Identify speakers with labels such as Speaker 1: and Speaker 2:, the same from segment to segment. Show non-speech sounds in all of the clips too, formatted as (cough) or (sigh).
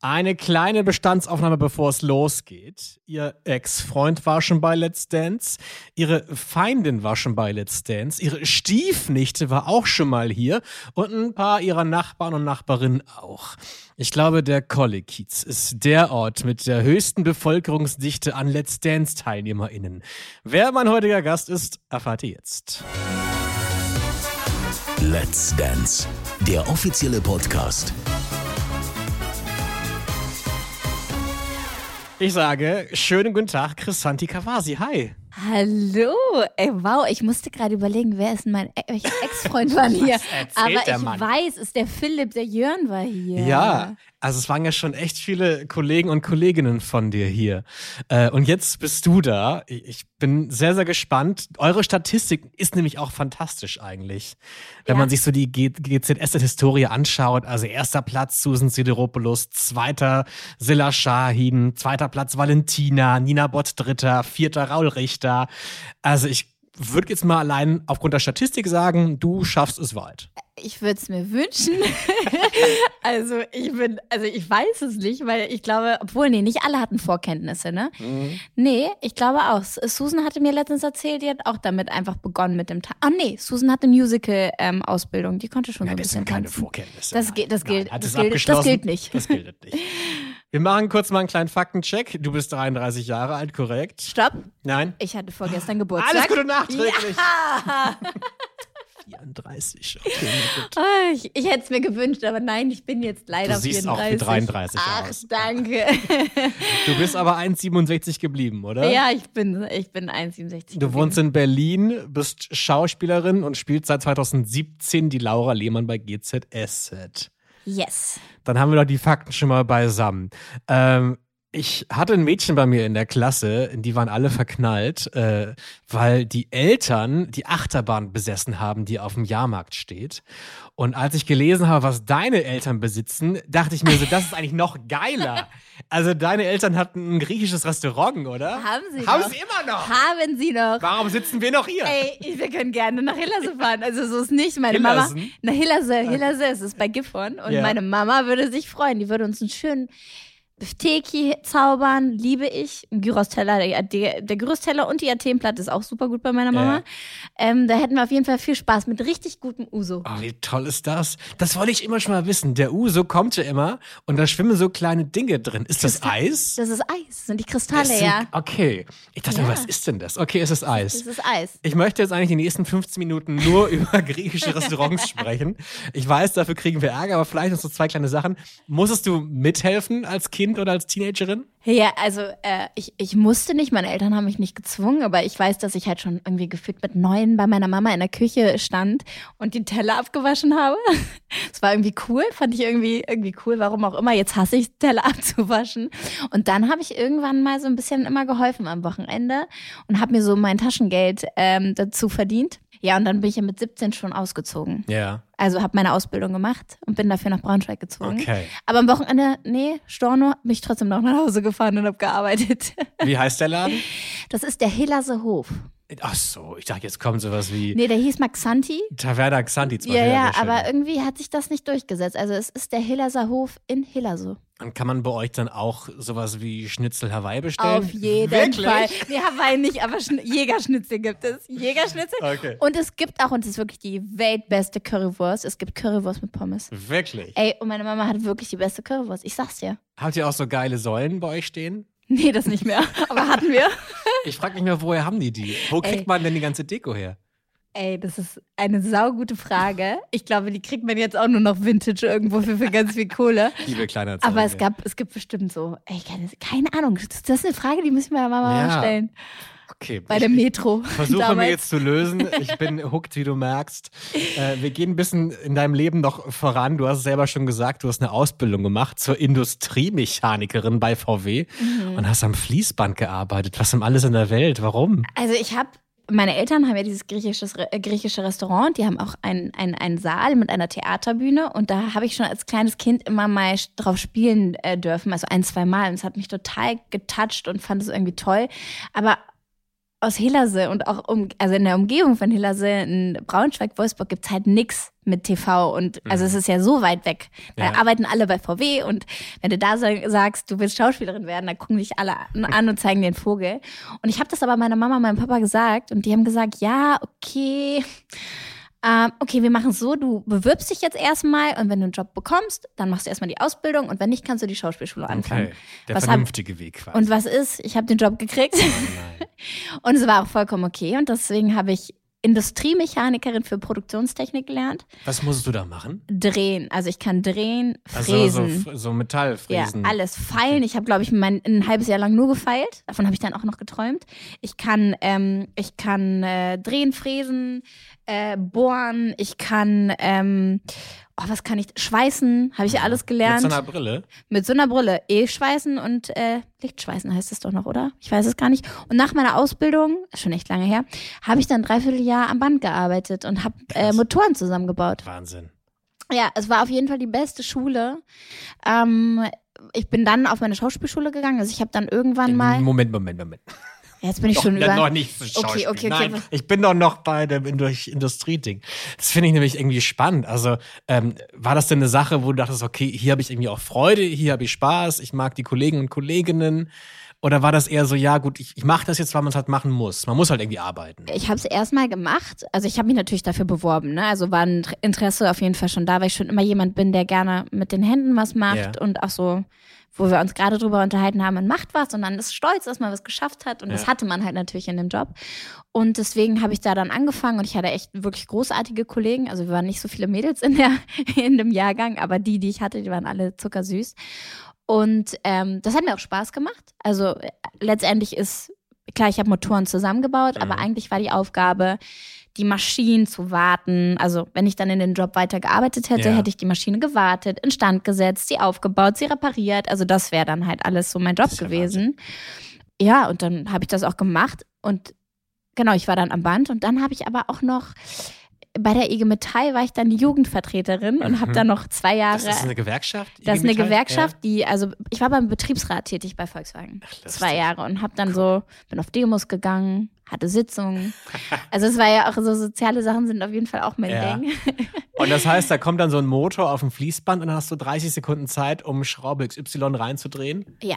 Speaker 1: Eine kleine Bestandsaufnahme, bevor es losgeht. Ihr Ex-Freund war schon bei Let's Dance. Ihre Feindin war schon bei Let's Dance. Ihre Stiefnichte war auch schon mal hier. Und ein paar ihrer Nachbarn und Nachbarinnen auch. Ich glaube, der Kollekiez ist der Ort mit der höchsten Bevölkerungsdichte an Let's Dance-TeilnehmerInnen. Wer mein heutiger Gast ist, erfahrt ihr jetzt.
Speaker 2: Let's Dance, der offizielle Podcast.
Speaker 1: Ich sage, schönen guten Tag, Chrisanti Kawasi. Hi.
Speaker 3: Hallo, ey, wow, ich musste gerade überlegen, wer ist denn mein e- welcher Ex-Freund war hier?
Speaker 1: erzählt
Speaker 3: Aber
Speaker 1: der
Speaker 3: ich
Speaker 1: Mann?
Speaker 3: weiß, ist der Philipp, der Jörn war hier.
Speaker 1: Ja, also es waren ja schon echt viele Kollegen und Kolleginnen von dir hier. Äh, und jetzt bist du da. Ich- Ich bin sehr, sehr gespannt. Eure Statistik ist nämlich auch fantastisch eigentlich. Wenn
Speaker 3: Ja.
Speaker 1: man sich so die G- GZSZ-Historie anschaut, also erster Platz Susan Sideropoulos, zweiter Silla Shahin, zweiter Platz Valentina, Nina Bott dritter, vierter Raul Richter. Also ich würde jetzt mal allein aufgrund der Statistik sagen, du schaffst es weit.
Speaker 3: Ich würde es
Speaker 1: (laughs)
Speaker 3: mir wünschen. also ich bin, also ich weiß es nicht, weil ich glaube, obwohl, nee, nicht alle hatten Vorkenntnisse, ne?
Speaker 1: Mhm.
Speaker 3: Nee, ich glaube auch. Susan hatte mir letztens erzählt, die hat auch damit einfach begonnen mit dem Tanz. Ah nee, Susan hatte Musical-Ausbildung, die konnte schon so
Speaker 1: Ja,
Speaker 3: ein
Speaker 1: das
Speaker 3: bisschen
Speaker 1: sind keine
Speaker 3: tanzen.
Speaker 1: Vorkenntnisse.
Speaker 3: Das
Speaker 1: Nein,
Speaker 3: gilt- das
Speaker 1: nein,
Speaker 3: gilt-
Speaker 1: hat
Speaker 3: das
Speaker 1: es
Speaker 3: gilt- das
Speaker 1: abgeschlossen.
Speaker 3: gilt nicht.
Speaker 1: Das gilt
Speaker 3: (laughs)
Speaker 1: nicht. Wir machen kurz mal einen kleinen Faktencheck. Du bist 33 Jahre alt, korrekt?
Speaker 3: Stopp,
Speaker 1: Nein.
Speaker 3: ich hatte vorgestern Geburtstag.
Speaker 1: Alles Gute nachträglich. (laughs)
Speaker 3: Ah!
Speaker 1: 34. Okay, na gut.
Speaker 3: Ah, Ich, ich hätte es mir gewünscht, aber nein, ich bin jetzt leider
Speaker 1: Du siehst auch
Speaker 3: 34.
Speaker 1: wie 33
Speaker 3: Ach,
Speaker 1: aus. (laughs)
Speaker 3: danke.
Speaker 1: Du bist aber 1,67 geblieben, oder?
Speaker 3: ja, ich bin, ich bin 1,67.
Speaker 1: Du wohnst in Berlin, bist Schauspielerin und spielst seit 2017 die Laura Lehmann bei GZSZ.
Speaker 3: Yes.
Speaker 1: dann haben wir doch die Fakten schon mal beisammen. Ähm, ich hatte ein Mädchen bei mir in der Klasse, die waren alle verknallt, äh, weil die Eltern die Achterbahn besessen haben, die auf dem Jahrmarkt steht. Und als ich gelesen habe, was deine Eltern besitzen, dachte ich mir so, das ist eigentlich noch
Speaker 3: (laughs)
Speaker 1: geiler. Also deine Eltern hatten ein griechisches Restaurant, oder?
Speaker 3: Haben sie
Speaker 1: Haben
Speaker 3: noch.
Speaker 1: sie immer noch.
Speaker 3: Haben Sie noch?
Speaker 1: Warum sitzen wir noch hier?
Speaker 3: Ey, wir können gerne nach Hillerse fahren. Also so ist nicht. Meine Mama.
Speaker 1: Hillersen?
Speaker 3: Na, Hillerse, Hillerse, es ist bei Gifhorn. Und
Speaker 1: Ja.
Speaker 3: meine Mama würde sich freuen. Die würde uns einen schönen Bifteki zaubern, liebe ich. Ein Gyros-Teller, der, der, der Gyros-Teller und die Athenplatte ist auch super gut bei meiner Mama.
Speaker 1: Ja.
Speaker 3: Ähm, da hätten wir auf jeden Fall viel Spaß mit richtig gutem Uso.
Speaker 1: Oh, wie toll ist das? Das wollte ich immer schon mal wissen. Der Uso kommt ja immer und da schwimmen so kleine Dinge drin. Ist das Eis?
Speaker 3: Das ist Eis, das sind die
Speaker 1: Das
Speaker 3: Kristalle,
Speaker 1: sind-
Speaker 3: ja.
Speaker 1: Okay. Ich dachte,
Speaker 3: Ja.
Speaker 1: mir, was ist denn das? Okay, es ist
Speaker 3: Das
Speaker 1: Eis.
Speaker 3: ist Eis.
Speaker 1: Ich möchte jetzt eigentlich die nächsten 15 Minuten
Speaker 3: (laughs)
Speaker 1: nur über griechische Restaurants sprechen. Ich weiß, dafür kriegen wir Ärger, aber vielleicht noch so zwei kleine Sachen. Musstest du mithelfen als Kind oder als Teenagerin?
Speaker 3: Ja, also äh, ich, ich musste nicht, meine Eltern haben mich nicht gezwungen, aber ich weiß, dass ich halt schon irgendwie gefühlt mit neun bei meiner Mama in der Küche stand und die Teller abgewaschen habe. (laughs) Das war irgendwie cool, fand ich irgendwie, irgendwie cool, warum auch immer. Jetzt hasse ich Teller (laughs) abzuwaschen. Und dann habe ich irgendwann mal so ein bisschen immer geholfen am Wochenende und habe mir so mein Taschengeld ähm, dazu verdient. Ja, und dann bin ich ja mit 17 schon ausgezogen.
Speaker 1: Ja.
Speaker 3: Also habe meine Ausbildung gemacht und bin dafür nach Braunschweig gezogen.
Speaker 1: Okay.
Speaker 3: Aber am Wochenende, nee, Storno, bin ich trotzdem noch nach Hause gefahren und habe gearbeitet. (laughs)
Speaker 1: Wie heißt der Laden?
Speaker 3: Das ist der Hillerse Hof.
Speaker 1: Ach so, ich dachte, jetzt kommt sowas wie
Speaker 3: Nee, der hieß Maxanti.
Speaker 1: Taverna Xanti zum
Speaker 3: Ja,
Speaker 1: Beispiel.
Speaker 3: ja,
Speaker 1: Das wäre
Speaker 3: aber äh,
Speaker 1: schön.
Speaker 3: irgendwie hat sich das nicht durchgesetzt. Also es ist der Hillerser Hof in Hillerse.
Speaker 1: Und kann man bei euch dann auch sowas wie Schnitzel Hawaii bestellen?
Speaker 3: Auf jeden
Speaker 1: Äh, Wirklich?
Speaker 3: Fall. Nee, Hawaii nicht, aber Schn Jägerschnitzel gibt es. Jägerschnitzel.
Speaker 1: Okay.
Speaker 3: Und es gibt auch, und es ist wirklich die weltbeste Currywurst, es gibt Currywurst mit Pommes.
Speaker 1: Wirklich.
Speaker 3: Ey, und meine Mama hat wirklich die beste Currywurst. Ich sag's dir.
Speaker 1: Habt ihr auch so geile Säulen bei euch stehen?
Speaker 3: Nee, das nicht mehr. Aber hatten wir.
Speaker 1: Ich frage mich mal, woher haben die die? Wo kriegt
Speaker 3: Ey.
Speaker 1: man denn die ganze Deko her?
Speaker 3: Ey, das ist eine saugute Frage. Ich glaube, die kriegt man jetzt auch nur noch Vintage irgendwo für, für ganz viel Kohle.
Speaker 1: Liebe Kleinanzeigen.
Speaker 3: Aber es gab, es gibt bestimmt so. Ey, keine, keine Ahnung. Das das ist eine Frage, die muss ich meiner Mama
Speaker 1: Ja.
Speaker 3: mal stellen.
Speaker 1: Okay.
Speaker 3: Bei der Metro.
Speaker 1: Versuche mir
Speaker 3: damals.
Speaker 1: jetzt zu lösen. Ich bin hooked, wie du merkst. Äh, wir gehen ein bisschen in deinem Leben noch voran. Du hast selber schon gesagt, du hast eine Ausbildung gemacht zur Industriemechanikerin bei VW
Speaker 3: Mhm.
Speaker 1: und hast am Fließband gearbeitet. Was um alles in der Welt? Warum?
Speaker 3: Also ich habe, meine Eltern haben ja dieses griechisches, Re- äh, griechische Restaurant, die haben auch einen, einen, einen Saal mit einer Theaterbühne und da habe ich schon als kleines Kind immer mal sch- drauf spielen äh, dürfen, also ein, zwei Mal und es hat mich total getoucht und fand es irgendwie toll, aber aus Hillerse und auch um, also in der Umgebung von Hillerse in Braunschweig, Wolfsburg gibt's halt nix mit TV und also es ist ja so weit weg. Da
Speaker 1: Ja.
Speaker 3: Äh, arbeiten alle bei VW und wenn du da sa- sagst, du willst Schauspielerin werden, dann gucken dich alle an- an und zeigen den Vogel. Und ich habe das aber meiner Mama und meinem Papa gesagt und die haben gesagt, ja, okay. Ähm, okay, wir machen so, du bewirbst dich jetzt erstmal und wenn du einen Job bekommst, dann machst du erstmal die Ausbildung und wenn nicht, kannst du die Schauspielschule anfangen.
Speaker 1: Okay. Der
Speaker 3: Was hab-
Speaker 1: vernünftige Weg quasi.
Speaker 3: Und was ist? Ich habe den Job gekriegt. (laughs) und es war auch vollkommen okay. Und deswegen habe ich Industriemechanikerin für Produktionstechnik gelernt.
Speaker 1: was musstest du da machen?
Speaker 3: Drehen. Also ich kann drehen, fräsen.
Speaker 1: Also so, Fr- so Metallfräsen.
Speaker 3: Ja, alles. Feilen. Ich habe, glaube ich, mein, ein halbes Jahr lang nur gefeilt. Davon habe ich dann auch noch geträumt. Ich kann, ähm, ich kann äh, drehen, fräsen, äh, bohren. Ich kann, ähm, oh, was kann ich? Schweißen. Habe ich ja alles gelernt.
Speaker 1: Mit so einer Brille.
Speaker 3: Mit so einer Brille. E-Schweißen und äh, Lichtschweißen heißt es doch noch, oder? Ich weiß es gar nicht. Und nach meiner Ausbildung, ist schon echt lange her, habe ich dann dreiviertel Jahr am Band gearbeitet und habe äh,
Speaker 1: Krass.
Speaker 3: Motoren zusammengebaut.
Speaker 1: Wahnsinn.
Speaker 3: Ja, es war auf jeden Fall die beste Schule. Ähm, ich bin dann auf meine Schauspielschule gegangen. Also ich habe dann irgendwann mal.
Speaker 1: Moment, Moment, Moment.
Speaker 3: Jetzt bin ich schon
Speaker 1: Doch,
Speaker 3: über.
Speaker 1: noch nicht zu
Speaker 3: Okay,
Speaker 1: Schauspiel.
Speaker 3: okay, okay,
Speaker 1: Nein,
Speaker 3: was-
Speaker 1: ich bin doch noch bei dem Indus- Industrieding. Das finde ich nämlich irgendwie spannend. Also ähm, war das denn eine Sache, wo du dachtest, okay, hier habe ich irgendwie auch Freude, hier habe ich Spaß, ich mag die Kollegen und Kolleginnen? Oder war das eher so, ja gut, ich, ich mache das jetzt, weil man es halt machen muss. Man muss halt irgendwie arbeiten.
Speaker 3: Ich habe es erstmal gemacht. Also ich habe mich natürlich dafür beworben. Ne? Also war ein Tr- Interesse auf jeden Fall schon da, weil ich schon immer jemand bin, der gerne mit den Händen was macht
Speaker 1: Ja.
Speaker 3: und auch so, wo wir uns gerade drüber unterhalten haben, man macht was und dann ist stolz, dass man was geschafft hat. Und das
Speaker 1: Ja.
Speaker 3: hatte man halt natürlich in dem Job. Und deswegen habe ich da dann angefangen und ich hatte echt wirklich großartige Kollegen. Also wir waren nicht so viele Mädels in, der, (laughs) in dem Jahrgang, aber die, die ich hatte, die waren alle zuckersüß. Und ähm, das hat mir auch Spaß gemacht. Also äh, letztendlich ist, klar, ich habe Motoren zusammengebaut,
Speaker 1: Mhm.
Speaker 3: aber eigentlich war die Aufgabe, die Maschinen zu warten. Also wenn ich dann in den Job weitergearbeitet hätte,
Speaker 1: Ja.
Speaker 3: hätte ich die Maschine gewartet, instand gesetzt, sie aufgebaut, sie repariert. Also das wäre dann halt alles so mein Job
Speaker 1: Das ist ja
Speaker 3: gewesen. Ja, und dann habe ich das auch gemacht. Und genau, ich war dann am Band. Und dann habe ich aber auch noch... Bei der IG Metall war ich dann die Jugendvertreterin und habe
Speaker 1: Mhm.
Speaker 3: dann noch zwei Jahre.
Speaker 1: Das ist eine Gewerkschaft?
Speaker 3: Das ist eine
Speaker 1: IG Metall?
Speaker 3: Gewerkschaft, die, also ich war beim Betriebsrat tätig bei Volkswagen.
Speaker 1: lustig.
Speaker 3: zwei Jahre und habe dann so, bin auf Demos gegangen, hatte Sitzungen.
Speaker 1: (laughs)
Speaker 3: Also es war ja auch so, soziale Sachen sind auf jeden Fall auch mein
Speaker 1: Ja.
Speaker 3: Ding. (laughs)
Speaker 1: Ja. Und das heißt, da kommt dann so ein Motor auf dem Fließband und dann hast du 30 Sekunden Zeit, um Schraube XY reinzudrehen.
Speaker 3: Ja,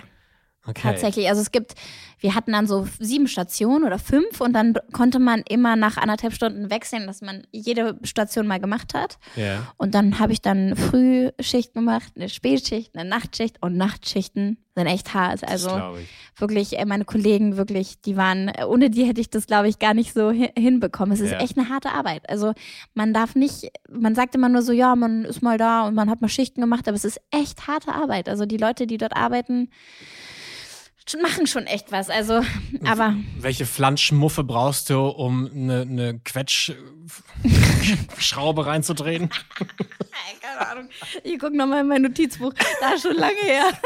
Speaker 1: Okay.
Speaker 3: tatsächlich. Also es gibt, wir hatten dann so sieben Stationen oder fünf und dann konnte man immer nach anderthalb Stunden wechseln, dass man jede Station mal gemacht hat.
Speaker 1: Ja.
Speaker 3: Und dann habe ich dann Frühschicht gemacht, eine Spätschicht, eine Nachtschicht und Nachtschichten sind echt hart.
Speaker 1: Das
Speaker 3: Also
Speaker 1: glaube ich.
Speaker 3: wirklich, äh, meine Kollegen wirklich, die waren, äh, ohne die hätte ich das, glaube ich, gar nicht so hi- hinbekommen. Es ist
Speaker 1: Ja.
Speaker 3: echt eine harte Arbeit. Also man darf nicht, man sagt immer nur so, ja, man ist mal da und man hat mal Schichten gemacht, aber es ist echt harte Arbeit. Also die Leute, die dort arbeiten, sch- machen schon echt was.
Speaker 1: (laughs)
Speaker 3: Also, aber
Speaker 1: Welche Flanschmuffe brauchst du, um eine, eine Quetschschraube reinzudrehen?
Speaker 3: keine Ahnung, ich gucke nochmal in mein Notizbuch, da ist schon lange her. (laughs)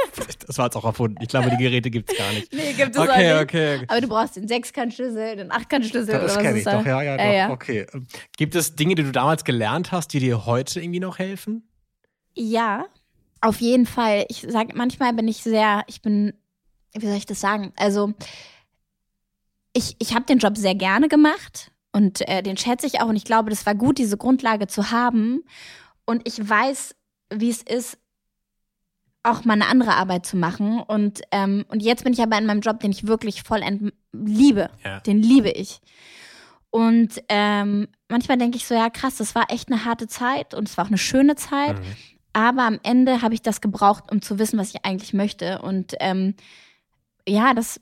Speaker 1: Das war jetzt auch erfunden. Ich glaube, die Geräte gibt's gar nicht.
Speaker 3: Nee, gibt es auch
Speaker 1: Okay,
Speaker 3: nicht.
Speaker 1: okay.
Speaker 3: Aber du brauchst den Sechskantschlüssel, den Achtkantschlüssel oder
Speaker 1: Das
Speaker 3: was
Speaker 1: kenne
Speaker 3: ist
Speaker 1: ich
Speaker 3: da?
Speaker 1: doch, ja, ja, doch.
Speaker 3: ja, ja.
Speaker 1: Okay. Ähm, Gibt es Dinge, die du damals gelernt hast, die dir heute irgendwie noch helfen?
Speaker 3: Ja, auf jeden Fall. Ich sage, manchmal bin ich sehr, ich bin, wie soll ich das sagen? Also, ich, ich habe den Job sehr gerne gemacht und äh, den schätze ich auch. Und ich glaube, das war gut, diese Grundlage zu haben. Und ich weiß, wie es ist, auch mal eine andere Arbeit zu machen. Und, ähm, und jetzt bin ich aber in meinem Job, den ich wirklich vollend liebe.
Speaker 1: Ja.
Speaker 3: Den liebe ich. Und ähm, manchmal denke ich so, ja krass, das war echt eine harte Zeit und es war auch eine schöne Zeit.
Speaker 1: Mhm.
Speaker 3: Aber am Ende habe ich das gebraucht, um zu wissen, was ich eigentlich möchte. Und ähm, ja, das,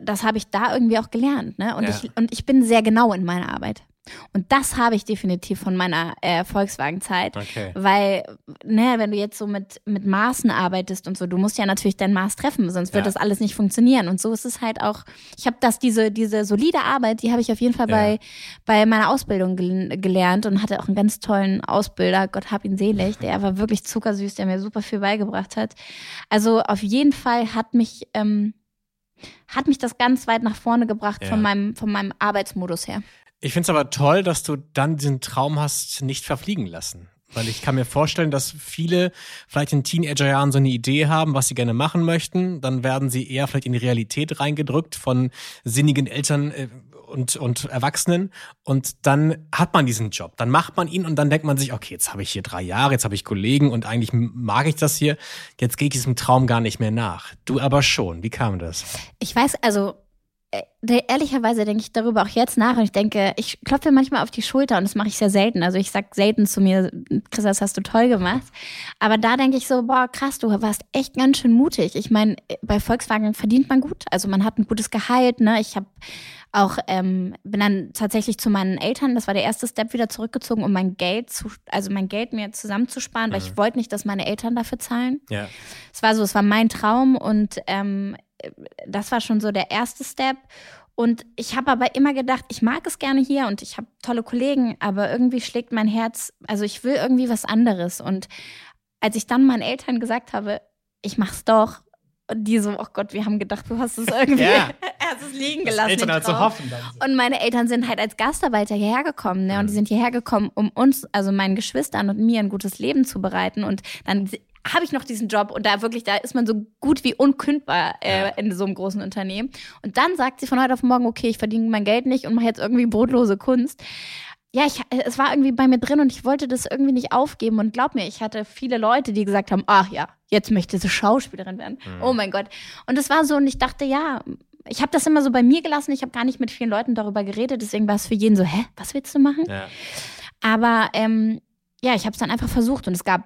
Speaker 3: das habe ich da irgendwie auch gelernt. Ne? Und,
Speaker 1: Ja.
Speaker 3: ich, und ich bin sehr genau in meiner Arbeit. Und das habe ich definitiv von meiner äh, Volkswagen-Zeit.
Speaker 1: Okay.
Speaker 3: Weil, ne, wenn du jetzt so mit, mit Maßen arbeitest und so, du musst ja natürlich dein Maß treffen, sonst
Speaker 1: Ja.
Speaker 3: wird das alles nicht funktionieren. Und so ist es halt auch, ich habe das, diese, diese solide Arbeit, die habe ich auf jeden Fall
Speaker 1: Ja.
Speaker 3: bei, bei meiner Ausbildung gel gelernt und hatte auch einen ganz tollen Ausbilder, Gott hab ihn selig, der war wirklich zuckersüß, der mir super viel beigebracht hat. Also auf jeden Fall hat mich, ähm, hat mich das ganz weit nach vorne gebracht
Speaker 1: Ja.
Speaker 3: von, meinem, von meinem Arbeitsmodus her.
Speaker 1: Ich finde es aber toll, dass du dann diesen Traum hast nicht verfliegen lassen. Weil ich kann mir vorstellen, dass viele vielleicht in Teenagerjahren so eine Idee haben, was sie gerne machen möchten. Dann werden sie eher vielleicht in die Realität reingedrückt von sinnigen Eltern äh, und, und Erwachsenen. Und dann hat man diesen Job. Dann macht man ihn und dann denkt man sich, okay, jetzt habe ich hier drei Jahre, jetzt habe ich Kollegen und eigentlich mag ich das hier. Jetzt gehe ich diesem Traum gar nicht mehr nach. Du aber schon. Wie kam das?
Speaker 3: Ich weiß, also äh, de- ehrlicherweise denke ich darüber auch jetzt nach und ich denke, ich klopfe mir manchmal auf die Schulter und das mache ich sehr selten. Also ich sag selten zu mir, Chris, das hast du toll gemacht. Aber da denke ich so, boah, krass, du warst echt ganz schön mutig. Ich meine, äh, bei Volkswagen verdient man gut, also man hat ein gutes Gehalt. Ne? Ich habe auch ähm, bin dann tatsächlich zu meinen Eltern, das war der erste Step, wieder zurückgezogen, um mein Geld zu, also mein Geld mir zusammenzusparen, weil ich wollte nicht, dass meine Eltern dafür zahlen
Speaker 1: Ja.
Speaker 3: es war so, es war mein Traum und ähm, das war schon so der erste Step. Und ich habe aber immer gedacht, ich mag es gerne hier und ich habe tolle Kollegen, aber irgendwie schlägt mein Herz, also ich will irgendwie was anderes. Und als ich dann meinen Eltern gesagt habe, ich mach's doch, und die so, oh Gott, wir haben gedacht, du hast es irgendwie,
Speaker 1: Ja.
Speaker 3: (laughs) hast es liegen gelassen. den Traum.
Speaker 1: halt hoffen. Dann.
Speaker 3: Und meine Eltern sind halt als Gastarbeiter hierher gekommen, ne? Und die sind hierher gekommen, um uns, also meinen Geschwistern und mir ein gutes Leben zu bereiten. Und dann si- habe ich noch diesen Job und da wirklich, da ist man so gut wie unkündbar äh, in so einem großen Unternehmen. Und dann sagt sie von heute auf morgen, okay, ich verdiene mein Geld nicht und mache jetzt irgendwie brotlose Kunst. Ja, ich, äh, es war irgendwie bei mir drin und ich wollte das irgendwie nicht aufgeben. Und glaub mir, ich hatte viele Leute, die gesagt haben, ach ja, jetzt möchte sie Schauspielerin werden. Oh mein Gott. Und es war so, und ich dachte, ja, ich habe das immer so bei mir gelassen. Ich habe gar nicht mit vielen Leuten darüber geredet. Deswegen war es für jeden so, hä, was willst du machen?
Speaker 1: Ja.
Speaker 3: Aber ähm, ja, ich habe es dann einfach versucht. Und es gab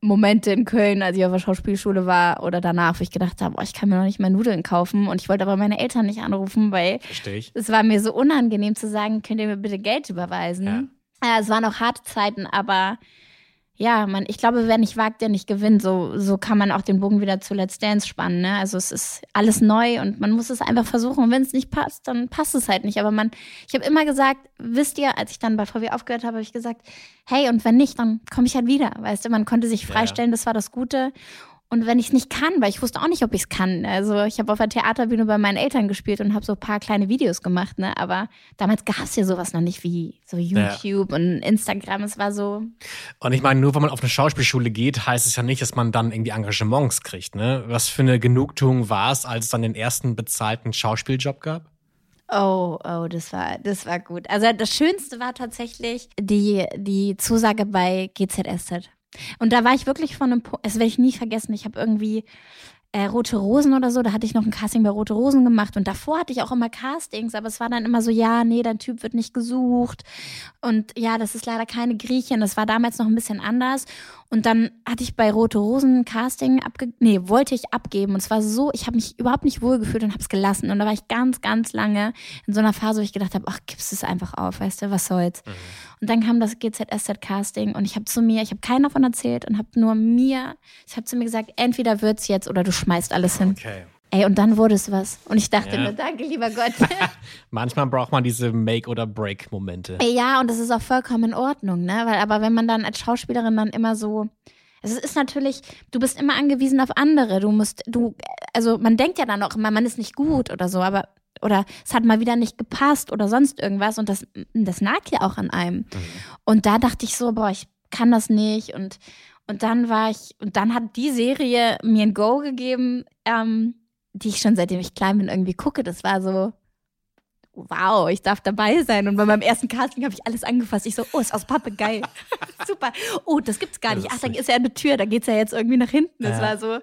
Speaker 3: Momente in Köln, als ich auf der Schauspielschule war oder danach, wo ich gedacht habe, boah, ich kann mir noch nicht mal Nudeln kaufen. Und ich wollte aber meine Eltern nicht anrufen, weil
Speaker 1: Verstehe ich.
Speaker 3: es war mir so unangenehm zu sagen, könnt ihr mir bitte Geld überweisen? Ja. es waren auch harte Zeiten, aber ja, man, ich glaube, wer nicht wagt, der nicht gewinnt. So, so kann man auch den Bogen wieder zu Let's Dance spannen. Ne? Also es ist alles neu und man muss es einfach versuchen. Und wenn es nicht passt, dann passt es halt nicht. Aber man, ich habe immer gesagt, wisst ihr, als ich dann bei VW aufgehört habe, habe ich gesagt, hey, und wenn nicht, dann komme ich halt wieder. Weißt du, man konnte sich
Speaker 1: Ja.
Speaker 3: freistellen, das war das Gute. Und wenn ich es nicht kann, weil ich wusste auch nicht, ob ich es kann. Also ich habe auf der Theaterbühne bei meinen Eltern gespielt und habe so ein paar kleine Videos gemacht, ne? Aber damals gab es ja sowas noch nicht wie so
Speaker 1: Ja.
Speaker 3: YouTube und Instagram. Es war so,
Speaker 1: Und ich meine, nur wenn man auf eine Schauspielschule geht, heißt es ja nicht, dass man dann irgendwie Engagements kriegt, ne? Was für eine Genugtuung war es, als es dann den ersten bezahlten Schauspieljob gab?
Speaker 3: Oh, oh, das war, das war gut. Also das Schönste war tatsächlich die, die Zusage bei GZSZ. Und da war ich wirklich von einem Punkt, das werde ich nie vergessen, ich habe irgendwie äh, Rote Rosen oder so, da hatte ich noch ein Casting bei Rote Rosen gemacht und davor hatte ich auch immer Castings, aber es war dann immer so, ja, nee, dein Typ wird nicht gesucht und ja, das ist leider keine Griechin, das war damals noch ein bisschen anders und dann hatte ich bei Rote Rosen ein Casting abge nee, wollte ich abgeben und es war so, ich habe mich überhaupt nicht wohl gefühlt und habe es gelassen und da war ich ganz, ganz lange in so einer Phase, wo ich gedacht habe, ach, gibst es einfach auf, weißt du, was soll's.
Speaker 1: Mhm.
Speaker 3: Und dann kam das GZSZ-Casting und ich habe zu mir, ich habe keiner davon erzählt und habe nur mir, ich habe zu mir gesagt, entweder wird's jetzt oder du schmeißt alles hin.
Speaker 1: Okay.
Speaker 3: Ey, und dann wurde es was. Und ich dachte
Speaker 1: Ja.
Speaker 3: nur, danke, lieber Gott.
Speaker 1: Manchmal braucht man diese Make- oder Break-Momente.
Speaker 3: Ey, ja, und das ist auch vollkommen in Ordnung, ne? Weil, aber wenn man dann als Schauspielerin dann immer so. also Es ist natürlich, du bist immer angewiesen auf andere. Du musst, du, also man denkt ja dann auch immer, man ist nicht gut oder so, aber oder es hat mal wieder nicht gepasst oder sonst irgendwas und das, das nagt ja auch an einem. Und da dachte ich so, boah, ich kann das nicht und und dann war ich und dann hat die Serie mir ein Go gegeben, ähm, die ich schon seitdem ich klein bin irgendwie gucke. Das war so, wow, ich darf dabei sein. Und bei meinem ersten Casting habe ich alles angefasst. Ich so, oh, ist aus Pappe, geil. (laughs) Super. Oh, das gibt's gar nicht. Ach, da
Speaker 1: Lustig.
Speaker 3: ist ja eine Tür, da geht's ja jetzt irgendwie nach hinten. Das
Speaker 1: Ja.
Speaker 3: war so,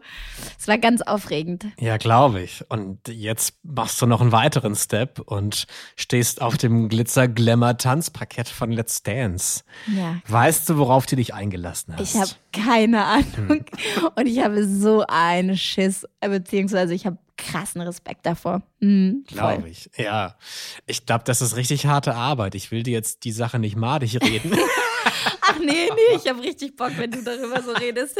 Speaker 3: es war ganz aufregend.
Speaker 1: Ja, glaube ich. Und jetzt machst du noch einen weiteren Step und stehst auf dem Glitzer-Glamour-Tanzparkett von Let's Dance.
Speaker 3: Ja.
Speaker 1: Weißt du, worauf du dich eingelassen hast?
Speaker 3: Ich habe keine Ahnung. Und ich habe so einen Schiss, beziehungsweise ich habe krassen Respekt davor. Mhm, voll.
Speaker 1: Glaube ich. Ja. Ich glaube, das ist richtig harte Arbeit. Ich will dir jetzt die Sache nicht madig reden.
Speaker 3: Ach nee, nee, ich habe richtig Bock, wenn du darüber so redest.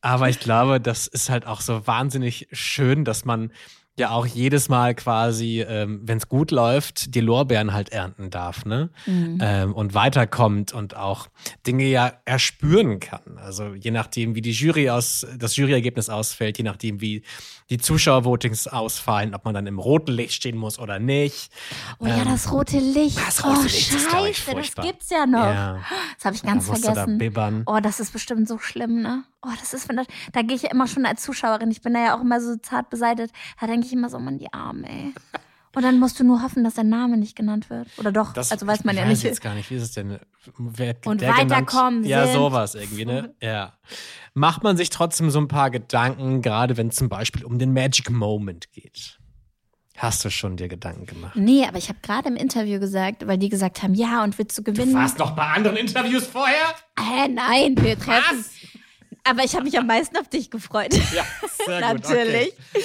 Speaker 1: Aber ich glaube, das ist halt auch so wahnsinnig schön, dass man ja auch jedes Mal quasi, ähm, wenn es gut läuft, die Lorbeeren halt ernten darf, ne? Ähm, und weiterkommt und auch Dinge ja erspüren kann. Also je nachdem, wie die Jury aus, das Juryergebnis ausfällt, je nachdem, wie die Zuschauervotings ausfallen, ob man dann im roten Licht stehen muss oder nicht.
Speaker 3: Oh ja,
Speaker 1: Ähm,
Speaker 3: das rote Licht.
Speaker 1: das rote
Speaker 3: oh,
Speaker 1: Licht ist, glaub ich,
Speaker 3: scheiße, das
Speaker 1: furchtbar.
Speaker 3: gibt's ja noch.
Speaker 1: Ja.
Speaker 3: Das habe ich
Speaker 1: da
Speaker 3: ganz
Speaker 1: musst du da
Speaker 3: vergessen.
Speaker 1: bibbern.
Speaker 3: Oh, das ist bestimmt so schlimm, ne? Oh, das ist, wenn das- da gehe ich ja immer schon als Zuschauerin. Ich bin da ja auch immer so zart beseitet. Da denke ich immer so, man, die Arme, ey. Und dann musst du nur hoffen, dass dein Name nicht genannt wird. Oder doch,
Speaker 1: Das,
Speaker 3: also weiß man
Speaker 1: ich
Speaker 3: ja
Speaker 1: weiß
Speaker 3: nicht.
Speaker 1: jetzt gar nicht, wie ist es denn? Wer,
Speaker 3: Und
Speaker 1: der genannt-
Speaker 3: weiterkommen
Speaker 1: Ja,
Speaker 3: sind.
Speaker 1: sowas irgendwie, ne? Ja. Macht man sich trotzdem so ein paar Gedanken, gerade wenn es zum Beispiel um den Magic Moment geht? Hast du schon dir Gedanken gemacht?
Speaker 3: Nee, aber ich habe gerade im Interview gesagt, weil die gesagt haben, ja, und willst du gewinnen?
Speaker 1: Warst noch bei anderen Interviews vorher?
Speaker 3: Hä, nein, wir treffen. Aber ich habe mich am meisten auf dich gefreut. (laughs)
Speaker 1: Ja, sehr gut.
Speaker 3: Natürlich.
Speaker 1: Okay.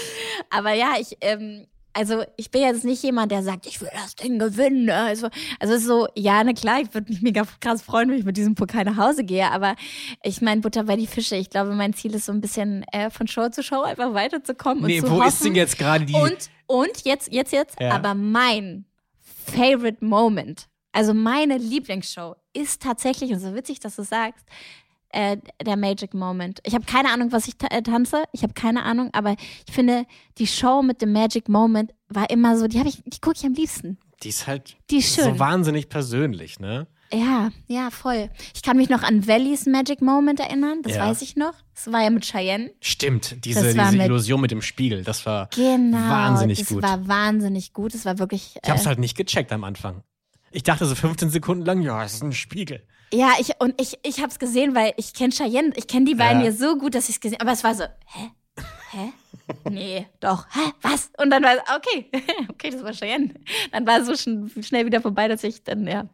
Speaker 3: Aber ja, ich, ähm, also ich bin jetzt nicht jemand, der sagt, ich will das Ding gewinnen. ne? Also, also es ist so, ja, na klar, ich würde mich mega krass freuen, wenn ich mit diesem Pokal nach Hause gehe. Aber ich meine, Butter bei die Fische. Ich glaube, mein Ziel ist so ein bisschen äh, von Show zu Show einfach weiterzukommen.
Speaker 1: Nee,
Speaker 3: und zu
Speaker 1: wo
Speaker 3: hoffen.
Speaker 1: ist denn jetzt gerade die.
Speaker 3: Und, und jetzt, jetzt, jetzt,
Speaker 1: Ja.
Speaker 3: aber mein favorite moment, also meine Lieblingsshow ist tatsächlich, und so witzig, dass du sagst, äh, der Magic Moment. Ich habe keine Ahnung, was ich ta äh, tanze. Ich habe keine Ahnung, aber ich finde, die Show mit dem Magic Moment war immer so, die habe ich, die gucke ich am liebsten.
Speaker 1: die ist halt
Speaker 3: Die ist schön.
Speaker 1: so wahnsinnig persönlich, ne?
Speaker 3: Ja, ja, voll. Ich kann mich noch an Valleys Magic Moment erinnern, das
Speaker 1: Ja.
Speaker 3: weiß ich noch. Das war ja mit Cheyenne.
Speaker 1: Stimmt, diese,
Speaker 3: Das war
Speaker 1: diese
Speaker 3: mit-
Speaker 1: Illusion mit dem Spiegel, das war
Speaker 3: Genau.
Speaker 1: wahnsinnig
Speaker 3: das
Speaker 1: gut.
Speaker 3: war wahnsinnig gut. Das war wirklich. äh,
Speaker 1: ich hab's halt nicht gecheckt am Anfang. Ich dachte so 15 Sekunden lang, ja, es ist ein Spiegel.
Speaker 3: Ja, ich und ich ich hab's gesehen, weil ich kenne Cheyenne, ich kenne die beiden
Speaker 1: Ja.
Speaker 3: ja so gut, dass ich's gesehen, aber es war so, hä? Hä? Nee, doch. Hä? Was? Und dann war es, okay. (laughs) Okay, das war Cheyenne. Dann war es so schon schnell wieder vorbei, dass ich dann ja,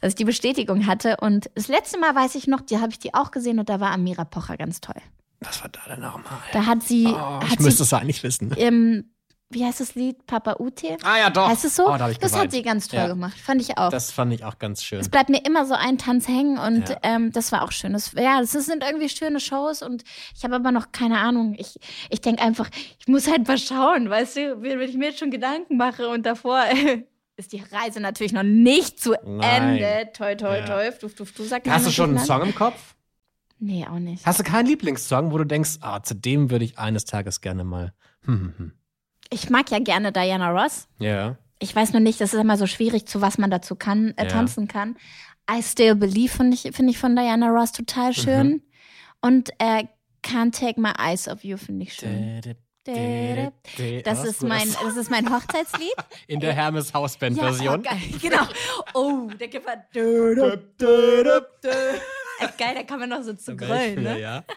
Speaker 3: dass ich die Bestätigung hatte und das letzte Mal weiß ich noch, die habe ich die auch gesehen und da war Amira Pocher ganz toll.
Speaker 1: Was war da denn nochmal?
Speaker 3: Da hat sie
Speaker 1: Oh, ich
Speaker 3: hat
Speaker 1: müsste
Speaker 3: sie
Speaker 1: es eigentlich wissen.
Speaker 3: ähm, wie heißt das Lied Papa Ute?
Speaker 1: Ah ja, doch.
Speaker 3: Heißt es so?
Speaker 1: Oh, da hab ich
Speaker 3: das
Speaker 1: geweint.
Speaker 3: hat sie ganz toll
Speaker 1: Ja.
Speaker 3: gemacht. Fand ich auch.
Speaker 1: Das fand ich auch ganz schön.
Speaker 3: Es bleibt mir immer so ein Tanz hängen und
Speaker 1: Ja.
Speaker 3: ähm, das war auch schön. Das, ja, das sind irgendwie schöne Shows und ich habe aber noch keine Ahnung. Ich, ich denke einfach, ich muss halt mal schauen, weißt du, wenn wenn ich mir jetzt schon Gedanken mache und davor (laughs) ist die Reise natürlich noch nicht zu
Speaker 1: Nein.
Speaker 3: Ende. Toi, toi,
Speaker 1: Ja.
Speaker 3: toi, duf, duf, du sag
Speaker 1: Hast du schon einen Song im Kopf?
Speaker 3: Nee, auch nicht.
Speaker 1: Hast du keinen Lieblingssong, wo du denkst, ah, zu dem würde ich eines Tages gerne mal. Hm, hm, hm.
Speaker 3: Ich mag ja gerne Diana Ross.
Speaker 1: Ja.
Speaker 3: Ich weiß nur nicht, das ist immer so schwierig, zu was man dazu kann, äh,
Speaker 1: Ja.
Speaker 3: tanzen kann. I Still Believe finde ich, finde ich von Diana Ross total
Speaker 1: Mhm.
Speaker 3: schön. Und äh, Can't Take My Eyes Off You finde ich schön. Das ist mein, das ist mein Hochzeitslied.
Speaker 1: (laughs) In der Hermes Hausband
Speaker 3: oh,
Speaker 1: Version.
Speaker 3: geil, (laughs) genau. Oh, der Gipfel. Dö, dö, dö. Geil, da kann man noch so zu gröllen, ne?
Speaker 1: ja. (laughs)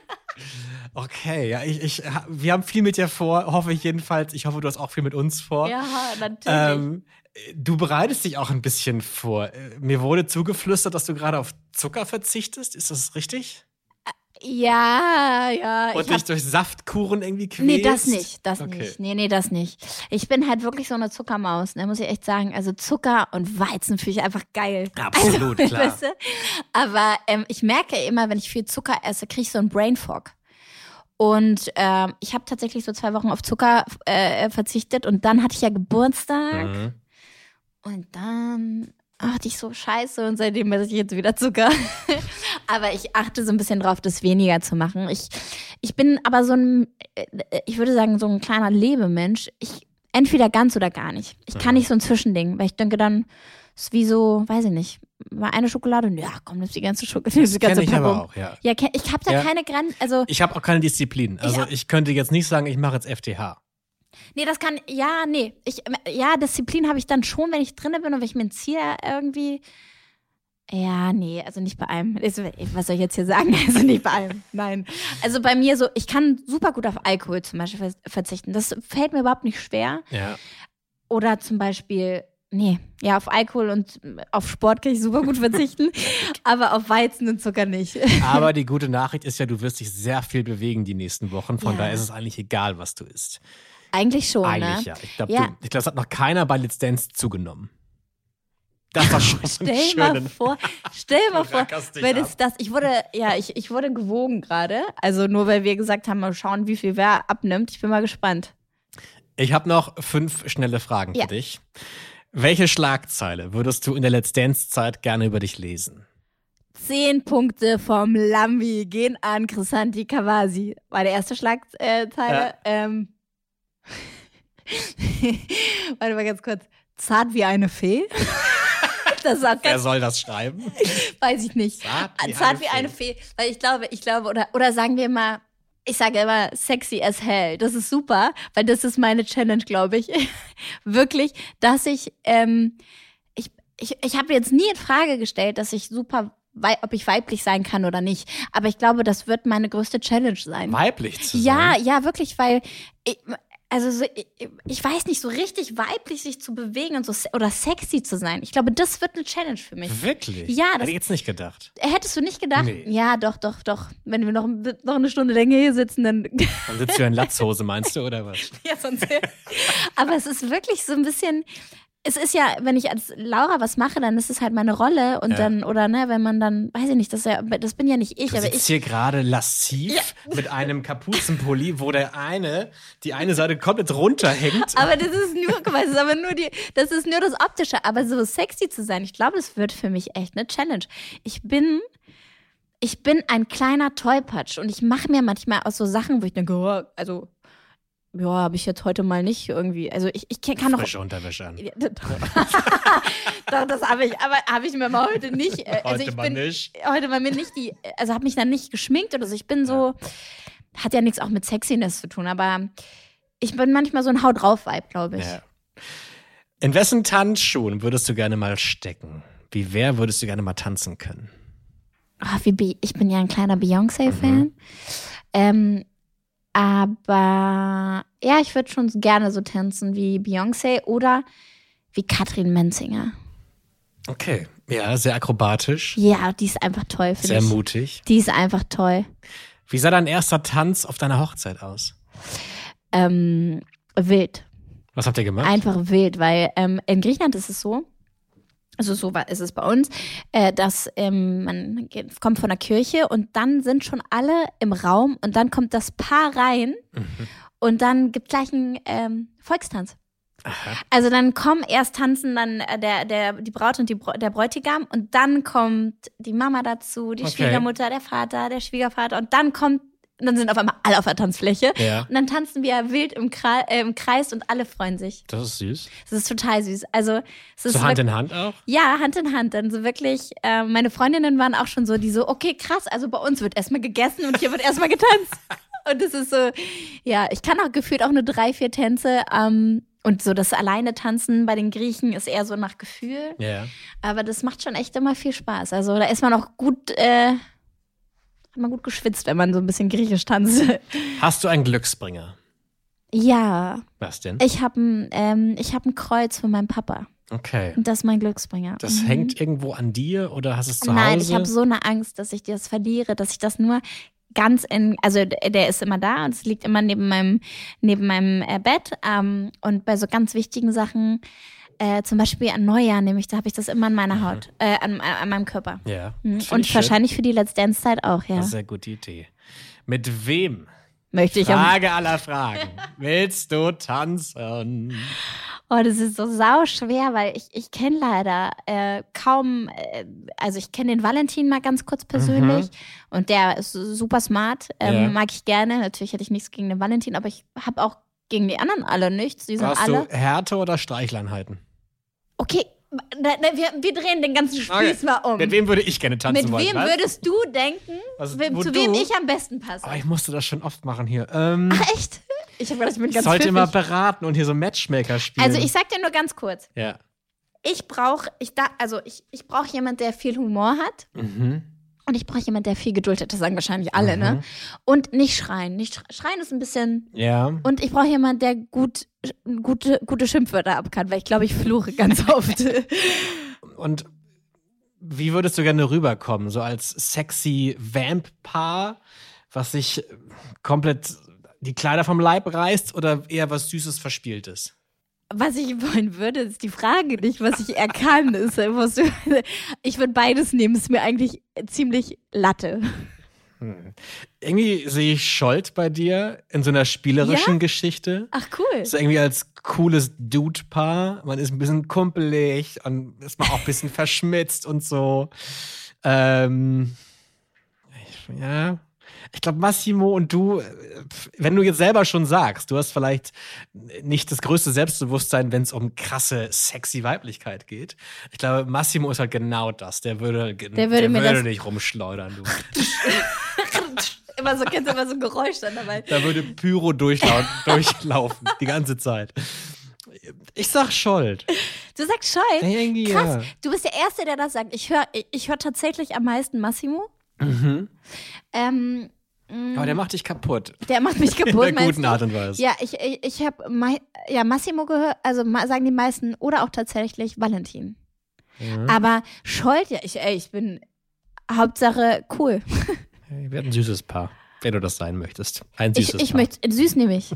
Speaker 1: Okay, ja, ich, ich, wir haben viel mit dir vor, hoffe ich jedenfalls. Ich hoffe, du hast auch viel mit uns vor.
Speaker 3: Ja, natürlich.
Speaker 1: Ähm, du bereitest dich auch ein bisschen vor. Äh, Mir wurde zugeflüstert, dass du gerade auf Zucker verzichtest. Ist das richtig?
Speaker 3: ja, ja.
Speaker 1: Und
Speaker 3: ich hab,
Speaker 1: dich durch Saftkuren irgendwie quälst?
Speaker 3: nee, das nicht, das
Speaker 1: Okay.
Speaker 3: nicht. Nee, nee, das nicht. Ich bin halt wirklich so eine Zuckermaus, ne, muss ich echt sagen. Also Zucker und Weizen finde ich einfach geil. (laughs)
Speaker 1: Absolut, klar.
Speaker 3: Weißt du? Aber ähm, ich merke immer, wenn ich viel Zucker esse, kriege ich so einen Brain Fog. Und ähm, ich habe tatsächlich so zwei Wochen auf Zucker äh, verzichtet und dann hatte ich ja Geburtstag
Speaker 1: Mhm.
Speaker 3: und dann achte ich so scheiße und seitdem esse ich jetzt wieder Zucker. (laughs) aber ich achte so ein bisschen drauf, das weniger zu machen. Ich, ich bin aber so ein, äh, ich würde sagen, so ein kleiner Lebemensch. Ich, entweder ganz oder gar nicht. Ich kann nicht so ein Zwischending, weil ich denke dann, ist wie so, weiß ich nicht, mal eine Schokolade und ja, komm, nimm die ganze Schokolade, nimm die ganze
Speaker 1: Kenne ich aber
Speaker 3: Packung.
Speaker 1: auch, ja.
Speaker 3: Ja, ke- ich habe da
Speaker 1: Ja.
Speaker 3: keine Grenzen, also
Speaker 1: Ich habe auch keine Disziplin. Also
Speaker 3: Ja.
Speaker 1: ich könnte jetzt nicht sagen, ich mache jetzt FTH.
Speaker 3: Nee, das kann, ja, nee. Ich, ja, Disziplin habe ich dann schon, wenn ich drinne bin und wenn ich mir ein Ziel äh, irgendwie. Ja, nee, also nicht bei allem. Also, Was soll ich jetzt hier sagen? (laughs) Also nicht bei allem. Nein. Also bei mir so, ich kann super gut auf Alkohol zum Beispiel vers- verzichten. Das fällt mir überhaupt nicht schwer.
Speaker 1: Ja.
Speaker 3: Oder zum Beispiel, nee, ja, auf Alkohol und äh, auf Sport kann ich super gut verzichten, aber auf Weizen und Zucker nicht.
Speaker 1: (laughs)
Speaker 3: (laughs)
Speaker 1: Aber die gute Nachricht ist ja, du wirst dich sehr viel bewegen die nächsten Wochen. Von
Speaker 3: Ja.
Speaker 1: daher ist es eigentlich egal, was du isst.
Speaker 3: Eigentlich schon,
Speaker 1: Eigentlich ja.
Speaker 3: ne?
Speaker 1: Ich glaube,
Speaker 3: Ja.
Speaker 1: du- ich glaub, das hat noch keiner bei Let's Dance zugenommen. Das war schon so ein
Speaker 3: (laughs) Stell mal
Speaker 1: schöner.
Speaker 3: vor, stell
Speaker 1: (laughs)
Speaker 3: mal
Speaker 1: Du
Speaker 3: vor,
Speaker 1: rackerst dich
Speaker 3: wenn
Speaker 1: ab.
Speaker 3: es das, ich wurde, ja, ich, ich wurde gewogen gerade. Also nur weil wir gesagt haben, mal schauen, wie viel wer abnimmt. Ich bin mal gespannt.
Speaker 1: Ich habe noch fünf schnelle Fragen
Speaker 3: Ja.
Speaker 1: für dich. Welche Schlagzeile würdest du in der Let's Dance-Zeit gerne über dich lesen?
Speaker 3: Zehn Punkte vom Lambi gehen an Chrisanti Kawasi. War der erste Schlagzeile.
Speaker 1: Ja.
Speaker 3: Ähm. (laughs) Warte mal ganz kurz. Zart wie eine Fee? (laughs) das sagt
Speaker 1: Wer
Speaker 3: ganz,
Speaker 1: soll das
Speaker 3: (laughs)
Speaker 1: schreiben?
Speaker 3: weiß ich nicht.
Speaker 1: Zart wie
Speaker 3: Zart
Speaker 1: eine
Speaker 3: wie eine Fee. Weil ich glaube, ich glaube, oder, oder sagen wir immer, ich sage immer sexy as hell. Das ist super, weil das ist meine Challenge, glaube ich. (laughs) Wirklich, dass ich, ähm, ich, ich, ich habe jetzt nie in Frage gestellt, dass ich super, wei- ob ich weiblich sein kann oder nicht. Aber ich glaube, das wird meine größte Challenge sein.
Speaker 1: Weiblich zu sein.
Speaker 3: Ja, ja, wirklich, weil ich, also so, ich, ich weiß nicht, so richtig weiblich sich zu bewegen und so se- oder sexy zu sein. Ich glaube, das wird eine Challenge für mich.
Speaker 1: Wirklich?
Speaker 3: Ja,
Speaker 1: Hätte
Speaker 3: das-
Speaker 1: ich jetzt nicht gedacht.
Speaker 3: Hättest du nicht gedacht?
Speaker 1: Nee.
Speaker 3: Ja, doch, doch, doch. Wenn wir noch, noch eine Stunde länger hier sitzen, dann. (laughs)
Speaker 1: Dann sitzt du ja in Latzhose, meinst du, oder was?
Speaker 3: ja, sonst. Aber es ist wirklich so ein bisschen. Es ist ja, wenn ich als Laura was mache, dann ist es halt meine Rolle und
Speaker 1: Ja.
Speaker 3: dann, oder ne, wenn man dann, weiß ich nicht, das, ist ja, das bin ja nicht ich,
Speaker 1: Du
Speaker 3: aber
Speaker 1: sitzt
Speaker 3: ich.
Speaker 1: hier gerade lasziv mit einem Kapuzenpulli, wo der eine, die eine Seite komplett runterhängt.
Speaker 3: Aber das ist nur, guck mal, das ist aber nur die, das ist nur das Optische, aber so sexy zu sein, ich glaube, das wird für mich echt eine Challenge. Ich bin, ich bin ein kleiner Tollpatsch und ich mache mir manchmal aus so Sachen, wo ich denke, oh, also, ja, habe ich jetzt heute mal nicht irgendwie, also ich, ich kann noch.
Speaker 1: Frische Unterwäsche an.
Speaker 3: Ja, Doch, (laughs) Doch, das habe ich, aber habe ich mir mal heute nicht. äh, Also
Speaker 1: Heute
Speaker 3: ich
Speaker 1: mal
Speaker 3: bin,
Speaker 1: nicht.
Speaker 3: Heute mal mir nicht die, also habe mich dann nicht geschminkt oder so. Ich bin so, hat ja nichts auch mit Sexiness zu tun, aber ich bin manchmal so ein Haut drauf Vibe, glaube ich.
Speaker 1: Ja. In wessen Tanzschuhen würdest du gerne mal stecken? Wie wer würdest du gerne mal tanzen können?
Speaker 3: Ah, wie Be ich bin ja ein kleiner Beyoncé-Fan.
Speaker 1: Mhm.
Speaker 3: Ähm, aber ja, ich würde schon gerne so tanzen wie Beyoncé oder wie Katrin Menzinger.
Speaker 1: Okay. Ja, sehr akrobatisch,
Speaker 3: Ja, die ist einfach toll, finde
Speaker 1: sehr
Speaker 3: ich.
Speaker 1: mutig.
Speaker 3: Die ist einfach toll.
Speaker 1: Wie sah dein erster Tanz auf deiner Hochzeit aus?
Speaker 3: Ähm, wild.
Speaker 1: Was habt ihr gemacht?
Speaker 3: Einfach wild, weil ähm, in Griechenland ist es so, also so wa- ist es bei uns, äh, dass ähm, man geht, kommt von der Kirche und dann sind schon alle im Raum und dann kommt das Paar rein
Speaker 1: Mhm.
Speaker 3: und dann gibt gleich einen ähm, Volkstanz. Also dann kommen erst tanzen dann äh, der, der, die Braut und die, Br- der Bräutigam und dann kommt die Mama dazu, die
Speaker 1: Okay.
Speaker 3: Schwiegermutter, der Vater, der Schwiegervater und dann kommt, dann sind auf einmal alle auf der Tanzfläche
Speaker 1: ja,
Speaker 3: und dann tanzen wir wild im, Kra äh, im Kreis und alle freuen sich.
Speaker 1: das ist süß.
Speaker 3: Es ist total süß. Also, es ist
Speaker 1: So Hand
Speaker 3: wirk-
Speaker 1: in Hand auch?
Speaker 3: ja, Hand in Hand. Dann so wirklich, äh, meine Freundinnen waren auch schon so, die so, okay, krass, also bei uns wird erstmal gegessen und hier wird erstmal
Speaker 1: (laughs)
Speaker 3: getanzt. Und es ist so, ja, ich kann auch gefühlt auch nur drei, vier Tänze. Ähm, und so das alleine tanzen bei den Griechen ist eher so nach Gefühl.
Speaker 1: Ja.
Speaker 3: Aber das macht schon echt immer viel Spaß. Also da ist man auch gut, äh, hat man gut geschwitzt, wenn man so ein bisschen griechisch
Speaker 1: (laughs)
Speaker 3: tanzt.
Speaker 1: Hast du einen Glücksbringer?
Speaker 3: ja,
Speaker 1: Was denn?
Speaker 3: ich habe ein, ähm, ich hab ein Kreuz von meinem Papa.
Speaker 1: Okay.
Speaker 3: Und das ist mein Glücksbringer. Mhm.
Speaker 1: Das hängt irgendwo an dir oder hast es zu
Speaker 3: Nein,
Speaker 1: Hause?
Speaker 3: ich habe so eine Angst, dass ich das verliere, dass ich das nur ganz in, also d- der ist immer da und es liegt immer neben meinem, neben meinem äh, Bett. Ähm, und bei so ganz wichtigen Sachen, äh, zum Beispiel an Neujahr, nämlich, da habe ich das immer an meiner Haut, äh, an, an meinem Körper.
Speaker 1: Mhm. ja.
Speaker 3: Mhm.
Speaker 1: Das find ich
Speaker 3: Und
Speaker 1: schön.
Speaker 3: wahrscheinlich für die Let's Dance-Zeit auch, ja.
Speaker 1: Das ist eine gute Idee. Mit wem?
Speaker 3: Möchte ich am-
Speaker 1: Frage aller Fragen. Willst du tanzen?
Speaker 3: Oh, das ist so sau schwer, weil ich, ich kenne leider äh, kaum, äh, also ich kenne den Valentin mal ganz kurz persönlich und der ist super smart, ähm,
Speaker 1: Mhm. Ja.
Speaker 3: mag ich gerne. Natürlich hätte ich nichts gegen den Valentin, aber ich habe auch gegen die anderen alle nichts. Die sind
Speaker 1: Hast
Speaker 3: alle.
Speaker 1: du Härte oder Streichleinheiten?
Speaker 3: Okay, na, na, wir, wir drehen den ganzen Spieß
Speaker 1: Okay.
Speaker 3: mal um.
Speaker 1: Mit wem würde ich gerne tanzen
Speaker 3: Mit
Speaker 1: wollen?
Speaker 3: wem
Speaker 1: was?
Speaker 3: würdest du denken,
Speaker 1: Was-
Speaker 3: wem,
Speaker 1: wo
Speaker 3: zu
Speaker 1: du?
Speaker 3: wem ich am besten passe?
Speaker 1: Aber ich musste das schon oft machen hier. Ähm,
Speaker 3: (laughs) Echt? Ich habe gedacht, ich bin
Speaker 1: ich
Speaker 3: ganz
Speaker 1: sollte
Speaker 3: pfiffig.
Speaker 1: immer beraten und hier so Matchmaker spielen.
Speaker 3: Also ich sag dir nur ganz kurz,
Speaker 1: Ja.
Speaker 3: ich brauche, ich da, also ich, ich brauche jemanden, der viel Humor hat.
Speaker 1: Mhm.
Speaker 3: Und ich brauche jemanden, der viel Geduld hat. Das sagen wahrscheinlich alle, ne? Und nicht schreien. Nicht schre- schreien ist ein bisschen.
Speaker 1: Ja.
Speaker 3: Und ich brauche jemanden, der gut, gute, gute Schimpfwörter abkann, weil ich glaube, ich fluche
Speaker 1: (laughs)
Speaker 3: ganz oft.
Speaker 1: Und wie würdest du gerne rüberkommen? So als sexy Vamp-Paar, was sich komplett die Kleider vom Leib reißt oder eher was Süßes Verspieltes?
Speaker 3: Was ich wollen würde, ist die Frage nicht, was ich er kann. Ist, was du, ich würde beides nehmen, ist mir eigentlich ziemlich Latte.
Speaker 1: Hm. Irgendwie sehe ich Scholt bei dir in so einer spielerischen Geschichte.
Speaker 3: Ach cool.
Speaker 1: So irgendwie als cooles Dude-Paar. Man ist ein bisschen kumpelig und ist mal auch ein (laughs) bisschen verschmitzt und so. Ähm, ich, ja. Ich glaube, Massimo und du, äh, pf, wenn du jetzt selber schon sagst, du hast vielleicht nicht das größte Selbstbewusstsein, wenn es um krasse, sexy Weiblichkeit geht. Ich glaube, Massimo ist halt genau das. Der würde, der
Speaker 3: würde mir das-
Speaker 1: nicht rumschleudern. Du.
Speaker 3: Immer so, kennst du immer so ein Geräusch dann dabei.
Speaker 1: Da würde Pyro (laughs) durchlaufen, durchlaufen die ganze Zeit. Ich sag Schuld.
Speaker 3: Du sagst Scheu.
Speaker 1: Irgendwie,
Speaker 3: Krass.
Speaker 1: ja.
Speaker 3: Du bist der Erste, der das sagt. Ich höre ich, ich hör tatsächlich am meisten Massimo. Ähm,
Speaker 1: Mhm. Aber der macht dich kaputt.
Speaker 3: der
Speaker 1: (laughs)
Speaker 3: macht mich
Speaker 1: In
Speaker 3: kaputt.
Speaker 1: einer
Speaker 3: meinst
Speaker 1: guten
Speaker 3: du?
Speaker 1: Art und Weise.
Speaker 3: Ja, ich, ich, ich habe ja, Massimo gehört, also ma- sagen die meisten oder auch tatsächlich Valentin.
Speaker 1: Mhm.
Speaker 3: Aber Scholt, ja, ich, ey, ich bin Hauptsache cool.
Speaker 1: Wir werden ein süßes Paar, wenn du das sein möchtest. Ein
Speaker 3: Ich,
Speaker 1: süßes
Speaker 3: ich
Speaker 1: Paar.
Speaker 3: möchte, süß nehme ich.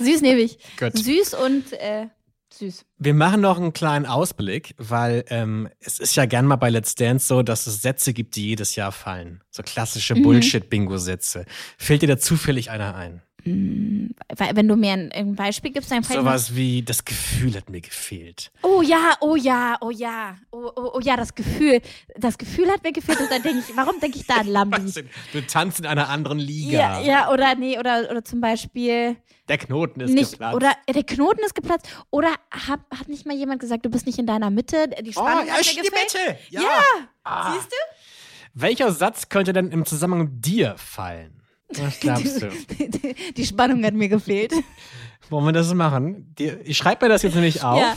Speaker 3: Süß
Speaker 1: (laughs)
Speaker 3: nehme ich.
Speaker 1: Gut.
Speaker 3: Süß und äh, süß.
Speaker 1: Wir machen noch einen kleinen Ausblick, weil ähm, es ist ja gern mal bei Let's Dance so, dass es Sätze gibt, die jedes Jahr fallen. So klassische
Speaker 3: Mhm.
Speaker 1: Bullshit-Bingo-Sätze. Fällt dir da zufällig einer ein?
Speaker 3: Weil, wenn du mir ein, ein Beispiel gibst, dann fällt mir-
Speaker 1: Sowas wie, das Gefühl hat mir gefehlt.
Speaker 3: Oh ja, oh ja, oh ja, oh, oh, oh ja, das Gefühl, das Gefühl hat mir gefehlt und dann denke ich, warum denke ich da
Speaker 1: (laughs)
Speaker 3: an Lambi?
Speaker 1: Du tanzt in einer anderen Liga.
Speaker 3: Ja, ja, oder nee, oder, oder zum Beispiel
Speaker 1: Der Knoten ist
Speaker 3: nicht,
Speaker 1: geplatzt.
Speaker 3: oder äh, der Knoten ist geplatzt, oder hab, hat nicht mal jemand gesagt, du bist nicht in deiner Mitte,
Speaker 1: Oh,
Speaker 3: die Spannung hat mir gefehlt.
Speaker 1: Ja. Ah.
Speaker 3: Ja, siehst du?
Speaker 1: Welcher Satz könnte denn im Zusammenhang mit dir fallen?
Speaker 3: (laughs)
Speaker 1: Was glaubst du?
Speaker 3: Die, die Spannung hat mir gefehlt.
Speaker 1: Wollen wir das machen? Die- Ich schreibe mir das jetzt nämlich auf
Speaker 3: Ja.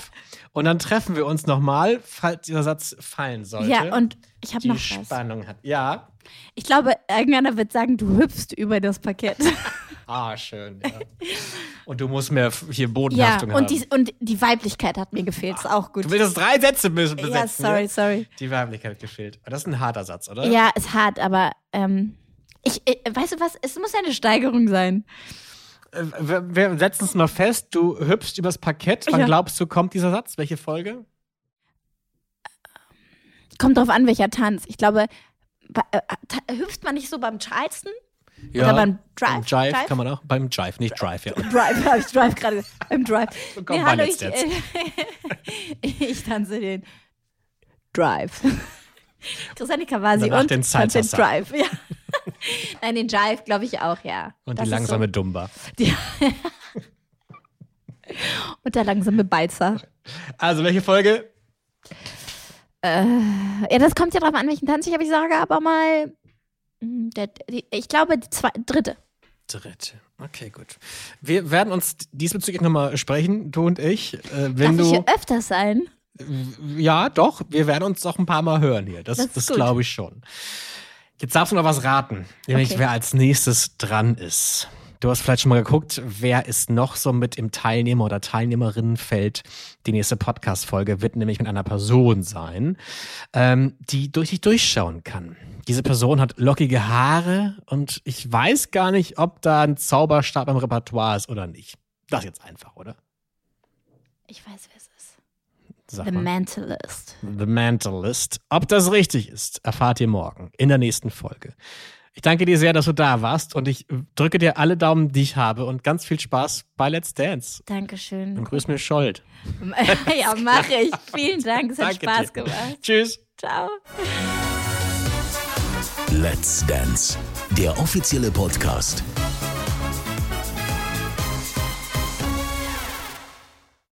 Speaker 1: und dann treffen wir uns nochmal, falls dieser Satz fallen sollte.
Speaker 3: Ja, und ich habe
Speaker 1: die
Speaker 3: noch was.
Speaker 1: Spannung hat. Ja.
Speaker 3: Ich glaube, irgendeiner wird sagen, du hüpfst über das Parkett.
Speaker 1: Ah, schön. Ja. Und du musst mehr f- hier
Speaker 3: (laughs) ja,
Speaker 1: Bodenhaftung haben.
Speaker 3: und die, und die Weiblichkeit hat mir gefehlt, ist auch gut.
Speaker 1: du willst drei Sätze bes- besetzen.
Speaker 3: Ja, sorry,
Speaker 1: ja?
Speaker 3: sorry.
Speaker 1: Die Weiblichkeit gefehlt. Aber Das ist ein harter Satz, oder?
Speaker 3: Ja, ist hart, aber ähm, ich, ich, weißt du was, es muss ja eine Steigerung sein.
Speaker 1: Äh, Wir wir setzen es mal fest. Du hüpfst übers Parkett. Wann
Speaker 3: Ja.
Speaker 1: glaubst du, kommt dieser Satz? Welche Folge?
Speaker 3: Kommt drauf an, welcher Tanz. Ich glaube, ba- äh, ta- hüpft man nicht so beim Charleston? Oder beim Drive?
Speaker 1: Beim Jive,
Speaker 3: Drive?
Speaker 1: kann man auch. Beim Jive, nicht Drive, ja.
Speaker 3: Drive, habe ich Drive gerade gesagt. Beim Drive.
Speaker 1: Willkommen bei Let's
Speaker 3: ich, äh, (laughs) ich tanze den
Speaker 1: (laughs)
Speaker 3: Drive. Christiane Kawasi
Speaker 1: Danach
Speaker 3: und
Speaker 1: den
Speaker 3: tanzt den
Speaker 1: Salsa.
Speaker 3: Drive. Ja. (laughs) Nein, den Drive glaube ich auch, ja.
Speaker 1: Und
Speaker 3: Das
Speaker 1: die
Speaker 3: ist
Speaker 1: langsame Dumba.
Speaker 3: So, und der langsame Beizer.
Speaker 1: Also, welche Folge?
Speaker 3: Ja, das kommt ja drauf an, welchen Tanz ich habe. Ich sage aber mal, mm, der, die, ich glaube, die zwei, dritte.
Speaker 1: Dritte. Okay, gut. Wir werden uns diesbezüglich nochmal sprechen, du und ich. Äh, wenn
Speaker 3: Darf ich
Speaker 1: du.
Speaker 3: hier öfters sein?
Speaker 1: Ja, doch. Wir werden uns noch ein paar Mal hören hier. Das,
Speaker 3: Das
Speaker 1: das,
Speaker 3: ist gut.
Speaker 1: glaube ich schon. Jetzt darfst du noch was raten, nämlich
Speaker 3: Okay.
Speaker 1: wer als nächstes dran ist. Du hast vielleicht schon mal geguckt, wer ist noch so mit im Teilnehmer- oder Teilnehmerinnenfeld. Die nächste Podcast-Folge wird nämlich mit einer Person sein, ähm, die durch dich durchschauen kann. Diese Person hat lockige Haare und ich weiß gar nicht, ob da ein Zauberstab im Repertoire ist oder nicht. Das jetzt einfach, oder?
Speaker 3: Ich weiß, wer es ist.
Speaker 1: Sag
Speaker 3: The
Speaker 1: mal.
Speaker 3: Mentalist.
Speaker 1: The Mentalist. Ob das richtig ist, erfahrt ihr morgen in der nächsten Folge. Ich danke dir sehr, dass du da warst und ich drücke dir alle Daumen, die ich habe und ganz viel Spaß bei Let's Dance. Und
Speaker 3: Dankeschön.
Speaker 1: grüß mir Schold.
Speaker 3: (laughs) ja, mache ich. Vielen Dank. Es
Speaker 1: (laughs)
Speaker 3: hat
Speaker 1: Danke
Speaker 3: Spaß
Speaker 1: dir.
Speaker 3: gemacht.
Speaker 1: Tschüss.
Speaker 3: Ciao.
Speaker 2: Let's Dance, der offizielle Podcast.